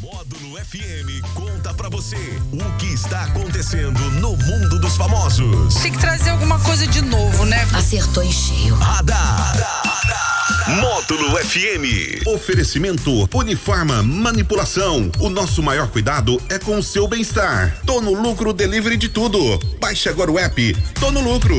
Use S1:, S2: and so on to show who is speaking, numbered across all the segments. S1: Módulo FM conta pra você o que está acontecendo no mundo dos famosos.
S2: Tem que trazer alguma coisa de novo, né?
S3: Acertou em cheio.
S1: Radar. Módulo FM. Oferecimento Uniforma Manipulação. O nosso maior cuidado é com o seu bem-estar. Tô no lucro delivery de tudo. Baixe agora o app. Tô no lucro.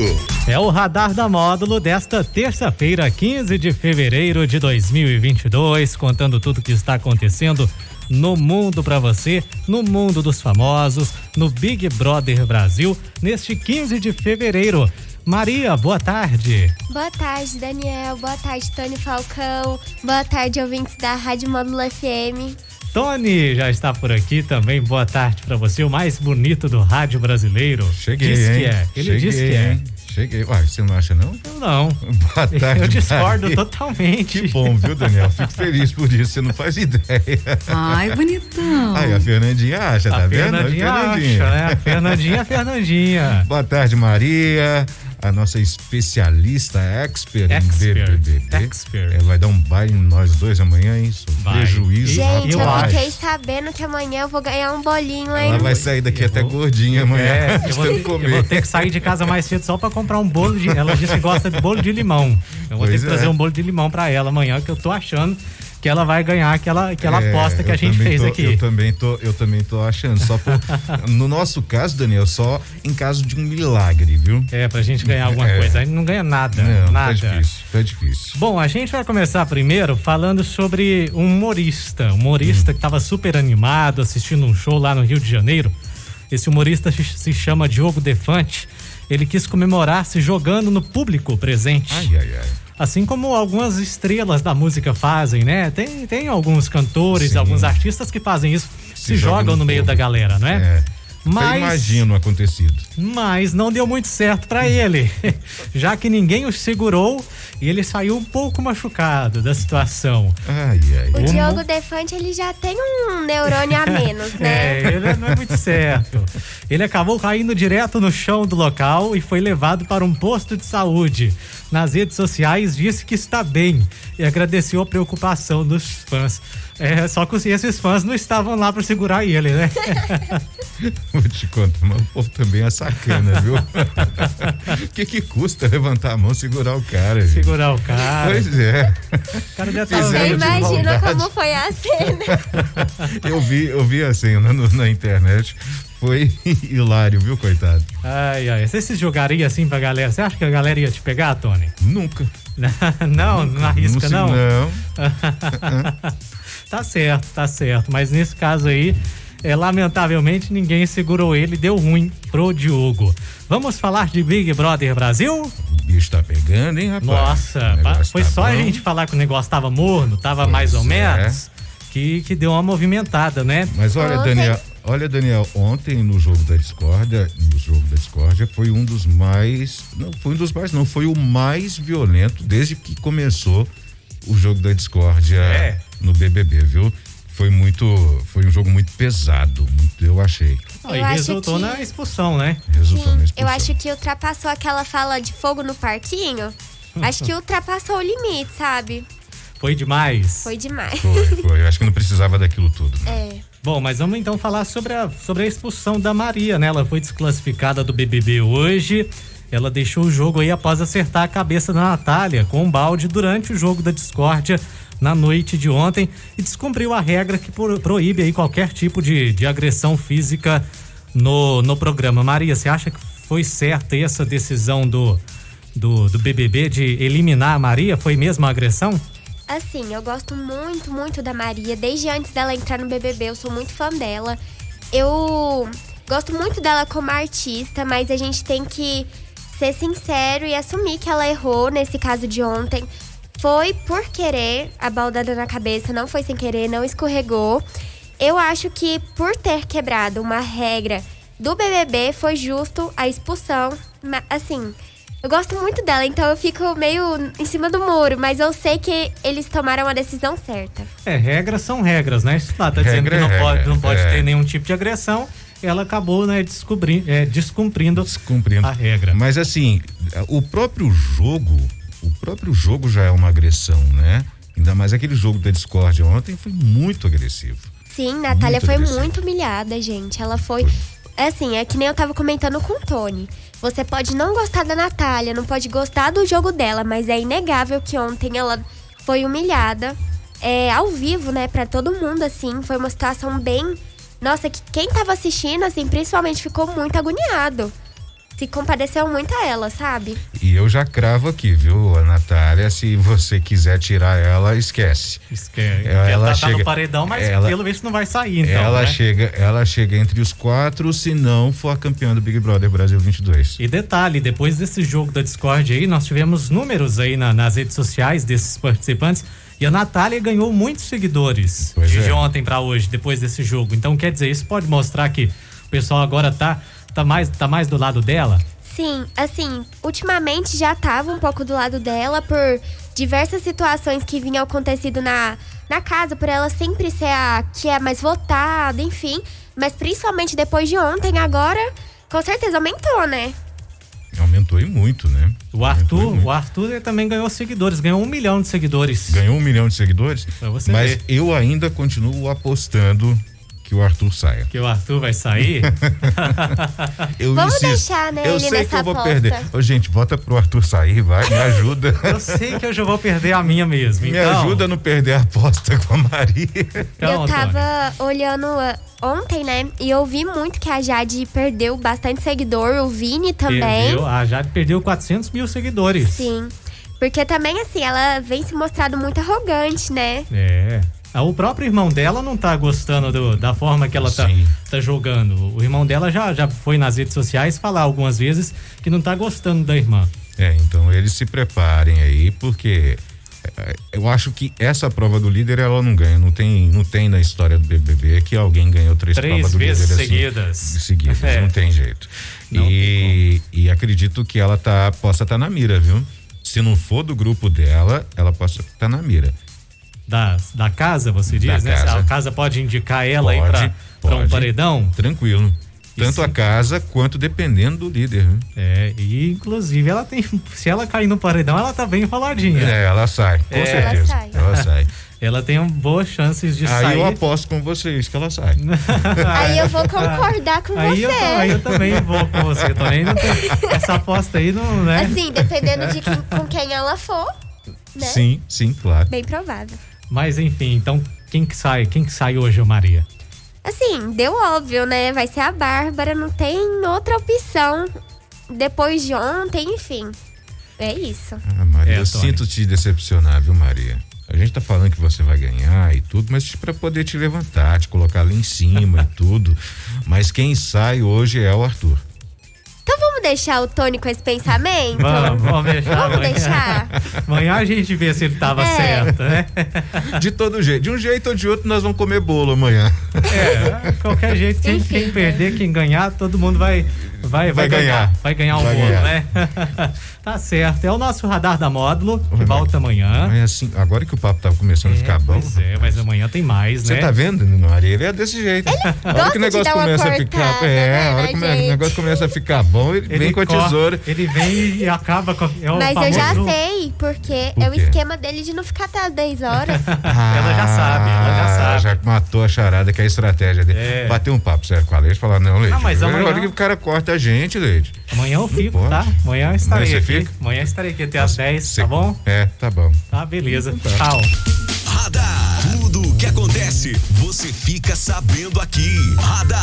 S4: É o radar da módulo desta terça-feira, 15 de fevereiro de 2022, contando tudo que está acontecendo no mundo para você, no mundo dos famosos, no Big Brother Brasil, neste 15 de fevereiro. Maria, boa tarde.
S5: Boa tarde, Daniel. Boa tarde, Tony Falcão. Boa tarde, ouvintes da Rádio Módulo FM.
S4: Tony já está por aqui também. Boa tarde para você, o mais bonito do rádio brasileiro.
S6: Cheguei,
S4: Diz que
S6: hein?
S4: é. Ele
S6: Cheguei,
S4: diz que é.
S6: hein? Cheguei. Uai, você não acha, não?
S4: Eu não.
S6: Boa tarde,
S4: Eu discordo
S6: Maria.
S4: totalmente.
S6: Que bom, viu, Daniel? Fico feliz por isso, você não faz ideia.
S3: Ai, bonitão.
S6: Aí a Fernandinha acha,
S4: A
S6: tá vendo? Aí,
S4: Fernandinha acha, né? A Fernandinha, a Fernandinha.
S6: Boa tarde, Maria. A nossa especialista, expert,
S4: Expert,
S6: em BBB.
S4: expert.
S6: Ela vai dar um baile em nós dois amanhã, hein? Sobre
S4: Vai.
S6: prejuízo,
S4: Gente,
S5: Gente, eu,
S6: rapaz.
S5: fiquei sabendo que amanhã eu vou ganhar um bolinho, hein?
S6: Ela vai sair daqui
S4: Eu
S6: até
S4: vou-
S6: gordinha amanhã.
S4: É, eu vou,
S6: Tem
S4: ter,
S6: que
S4: eu vou ter que sair de casa mais cedo só pra comprar um bolo de. Ela disse que gosta de bolo de limão. Eu vou ter
S6: Pois
S4: que trazer
S6: é.
S4: um bolo de limão pra ela amanhã, que eu tô achando que ela vai ganhar aquela, aquela
S6: É,
S4: aposta que
S6: eu
S4: a gente
S6: também
S4: fez
S6: tô-
S4: aqui.
S6: Eu também tô, eu também tô achando. Só por, no nosso caso, Daniel, só em caso de um milagre, viu?
S4: É, pra gente ganhar alguma
S6: É.
S4: coisa. Aí não ganha nada.
S6: Não,
S4: nada.
S6: tá difícil, tá difícil.
S4: Bom, a gente vai começar primeiro falando sobre um humorista. Um humorista que estava super animado assistindo um show lá no Rio de Janeiro. Esse humorista se- se chama Diogo Defante. Ele quis comemorar se jogando no público presente.
S6: Ai, é. ai, ai.
S4: Assim como algumas estrelas da música fazem, né? Tem, tem alguns cantores,
S6: Sim.
S4: alguns artistas que fazem isso, se,
S6: jogam
S4: jogam
S6: no
S4: no meio
S6: povo.
S4: da galera, né?
S6: É. Até
S4: Mas-
S6: imagino o acontecido.
S4: Mas não deu muito certo pra ele, já que ninguém o segurou e ele saiu um pouco machucado da situação.
S6: Ai,
S5: O
S6: ai.
S5: Diogo Defante, ele já tem um neurônio a menos, né?
S4: É, ele não é muito certo. Ele acabou caindo direto no chão do local e foi levado para um posto de saúde. Nas redes sociais disse que está bem e agradeceu a preocupação dos fãs. É, só que esses fãs não estavam lá para segurar ele, né?
S6: Vou te contar, mas o povo também é sacana, viu? O que que custa levantar a mão e segurar o cara, gente?
S4: Segurar o cara.
S6: Pois é.
S4: O cara já tava
S6: Fizeram
S5: Você
S6: é de
S5: imagina
S6: maldade.
S5: como foi a cena.
S6: Eu vi, eu vi a cena no- na internet. Foi hilário, viu, coitado?
S4: Ai, ai. Você se jogaria assim pra galera? Você acha que a galera ia te pegar, Tony?
S6: Nunca.
S4: Não, não arrisca,
S6: se-
S4: não.
S6: Não.
S4: Tá certo, tá certo. Mas nesse caso aí, é, lamentavelmente, ninguém segurou ele. Deu ruim pro Diogo. Vamos falar de Big Brother Brasil?
S6: O bicho tá pegando, hein, rapaz? O
S4: Nossa,
S6: negócio
S4: pa- foi
S6: tá
S4: só a
S6: bom.
S4: gente falar que o negócio tava morno, tava
S6: Pois
S4: mais ou
S6: é.
S4: menos, que, que deu uma movimentada, né?
S6: Mas olha,
S5: Ontem.
S6: Daniel, olha, Daniel, ontem no jogo da discórdia, no jogo da discórdia, foi um dos mais, não foi um dos mais, não, foi o mais violento desde que começou o jogo da discórdia
S4: É.
S6: no BBB, viu? Foi muito, foi um jogo muito pesado, muito, eu achei.
S4: Não,
S5: Eu
S4: e
S5: acho
S4: resultou
S5: que-
S4: na expulsão, né?
S6: Resultou na
S5: Sim, eu
S6: expulsão.
S5: acho que ultrapassou aquela fala de fogo no parquinho. Acho que ultrapassou o limite, sabe?
S4: Foi demais.
S5: Foi demais.
S6: foi, foi. Eu acho que não precisava daquilo tudo. né?
S5: É.
S4: Bom, mas vamos então falar sobre a, sobre a expulsão da Maria, né? Ela foi desclassificada do BBB hoje. Ela deixou o jogo aí após acertar a cabeça da Natália com um balde durante o jogo da discórdia na noite de ontem e descumpriu a regra que pro- proíbe aí qualquer tipo de, de agressão física no, no programa. Maria, você acha que foi certa aí essa decisão do, do, do BBB de eliminar a Maria? Foi mesmo a agressão?
S5: Assim, eu gosto muito, muito da Maria. Desde antes dela entrar no BBB, eu sou muito fã dela. Eu gosto muito dela como artista, mas a gente tem que ser sincero e assumir que ela errou nesse caso de ontem. Foi por querer a baldada na cabeça, não foi sem querer, não escorregou. Eu acho que por ter quebrado uma regra do BBB, foi justo a expulsão. Ma- Assim, eu gosto muito dela, então eu fico meio em cima do muro, mas eu sei que eles tomaram a decisão certa.
S4: É, regras são regras, né? Isso lá tá dizendo
S6: Regra
S4: que não
S6: é
S4: pode,
S6: regra,
S4: não pode
S6: é.
S4: ter nenhum tipo de agressão. Ela acabou, né, descobri, é, descumprindo
S6: Cumprindo.
S4: a regra.
S6: Mas assim, o próprio jogo, o próprio jogo já é uma agressão, né? Ainda mais aquele jogo da discórdia ontem foi muito agressivo.
S5: Sim, Natália
S6: Muito
S5: foi
S6: agressiva.
S5: muito humilhada, gente. Ela foi. Assim, é que nem eu tava comentando com o Tony. Você pode não gostar da Natália, não pode gostar do jogo dela, mas é inegável que ontem ela foi humilhada. É, ao vivo, né, pra todo mundo, assim. Foi uma situação bem. Nossa, que quem tava assistindo, assim, principalmente ficou muito agoniado. Se compadeceu muito a ela, sabe?
S6: E eu já cravo aqui, viu, a Natália? Se você quiser tirar ela, esquece.
S4: Esquece.
S6: é- Ela
S4: Ela tá,
S6: chega-
S4: no paredão, mas
S6: ela-
S4: pelo visto não vai sair, então.
S6: ela,
S4: né?
S6: chega, ela chega entre os quatro, se não for a campeã do Big Brother Brasil 22.
S4: E detalhe, depois desse jogo da Discord aí, nós tivemos números aí na- nas redes sociais desses participantes. E a Natália ganhou muitos seguidores
S6: Pois
S4: de
S6: é.
S4: ontem pra hoje, depois desse jogo. Então, quer dizer, isso pode mostrar que o pessoal agora tá, tá, mais, tá mais do lado dela.
S5: Sim, assim, ultimamente já tava um pouco do lado dela por diversas situações que vinham acontecido na, na casa, por ela sempre ser a que é mais votada, enfim. Mas principalmente depois de ontem, agora, com certeza aumentou, né?
S6: Aumentou e muito, né?
S4: O
S6: Aumentou e
S4: Arthur,
S6: muito.
S4: o Arthur ele também ganhou seguidores, ganhou um milhão de seguidores.
S6: ganhou um milhão de seguidores,
S4: Pra você
S6: mas
S4: ver.
S6: eu ainda continuo apostando que o Arthur saia.
S4: Que o Arthur vai sair.
S6: Eu
S5: Vamos
S6: insisto.
S5: deixar, né,
S6: Eu
S5: ele
S6: sei que
S5: nessa
S6: eu vou
S5: aposta.
S6: perder. Ô, gente, vota pro Arthur sair, vai, me ajuda.
S4: Eu sei que eu já vou perder a minha mesmo.
S6: me
S4: então,
S6: ajuda a não perder a aposta com a Maria.
S4: então,
S5: eu
S4: Antônio.
S5: tava olhando ah, ontem, né? E eu vi muito que a Jade perdeu bastante seguidor, o Vini também.
S4: Perdeu, a Jade perdeu 400 mil seguidores.
S5: Sim. Porque também, assim, ela vem se mostrando muito arrogante, né?
S4: É. Ah, O próprio irmão dela não tá gostando do- da forma que ela tá,
S6: Sim.
S4: tá jogando. O irmão dela já, já foi nas redes sociais falar algumas vezes que não tá gostando da irmã.
S6: É, então eles se preparem aí, porque eh, eu acho que essa prova do líder ela não ganha. Não tem, não tem na história do BBB que alguém ganhou três,
S4: Três
S6: provas do
S4: vezes
S6: líder assim,
S4: seguidas.
S6: seguidas,
S4: É.
S6: não tem jeito.
S4: Não
S6: e, e acredito que ela tá, possa estar na mira, viu? Se não for do grupo dela, ela possa estar na mira.
S4: Da, da casa, você diz,
S6: Da
S4: né?
S6: casa.
S4: A casa pode indicar ela aí
S6: Pode,
S4: pra, pra um
S6: pode.
S4: paredão.
S6: Tranquilo. Tanto a casa quanto dependendo do líder. viu?
S4: É, e inclusive ela tem. Se ela cair no paredão, ela tá bem faladinha.
S6: É, ela sai, com
S4: É.
S6: certeza.
S5: Ela sai.
S6: Ela sai.
S4: Ela tem um, boas chances de
S6: Aí
S4: sair. Né?
S6: eu aposto com vocês que ela sai.
S5: Aí eu vou concordar com
S4: Ah, é. Aí
S5: você.
S4: eu, aí eu também vou com você, Tony. Não tem- Essa aposta aí não, né?
S5: Assim, dependendo de quem- com quem ela for, né?
S6: Sim, sim, claro.
S5: Bem provável.
S4: Mas enfim, então quem que sai? Quem que sai hoje, ô Maria?
S5: Assim, deu óbvio, né? Vai ser a Bárbara, não tem outra opção. Depois de ontem, enfim. É isso.
S6: Ah, Maria,
S4: É,
S6: eu
S4: Tony.
S6: sinto te decepcionar, viu, Maria? A gente tá falando que você vai ganhar e tudo, mas pra poder te levantar, te colocar lá em cima e tudo. Mas quem sai hoje é o Arthur.
S5: Então vamos deixar o Tony com esse pensamento?
S4: Vamos, vamos deixar.
S5: Vamos
S4: amanhã.
S5: deixar.
S4: Amanhã a gente vê se ele tava
S5: É.
S4: certo, né?
S6: De todo jeito. De um jeito ou de outro, nós vamos comer bolo amanhã.
S4: É, qualquer jeito, quem,
S5: Enfim.
S4: quem perder, quem ganhar, todo mundo vai vai, vai,
S6: Vai ganhar.
S4: Vai ganhar um
S6: Vai
S4: bolo,
S6: ganhar.
S4: né? tá certo. É o nosso radar da módulo, que
S6: Vai.
S4: volta amanhã.
S6: Mas assim, agora que o papo tava começando a ficar Tá bom.
S4: Pois é, mas amanhã tem mais,
S6: Você
S4: né?
S6: tá vendo, Maria? Ele é desse jeito. a hora
S5: gosta
S6: que o
S5: de
S6: negócio
S5: dar uma
S6: começa a
S5: cortada,
S6: ficar.
S5: né,
S6: É, a hora que o
S5: na gente?
S6: negócio começa a ficar bom, ele, vem com a
S4: corta,
S6: tesoura.
S4: Ele vem e acaba com a. É o
S5: Mas eu
S4: famoso,
S5: já sei, porque
S6: Por
S5: é o
S6: quê?
S5: esquema dele de não ficar até as 10 horas.
S4: Ela já sabe, ela já
S6: Ah,
S4: sabe.
S6: já matou a charada, que é a estratégia dele.
S4: É.
S6: Bater um papo sério com a Leite e falar, não, Leite.
S4: Ah, mas
S6: eu-
S4: amanhã-
S6: eu olho que o cara corta a gente, Leite.
S4: Amanhã eu fico,
S6: pode.
S4: tá? Amanhã eu estarei
S6: Amanhã você
S4: aqui.
S6: fica?
S4: Amanhã eu estarei aqui até as 10,
S6: Cê-
S4: tá bom?
S6: É, tá bom.
S4: Tá, beleza.
S6: Então
S4: Tchau.
S1: Radar. Tudo o que acontece, você fica sabendo aqui. Radar.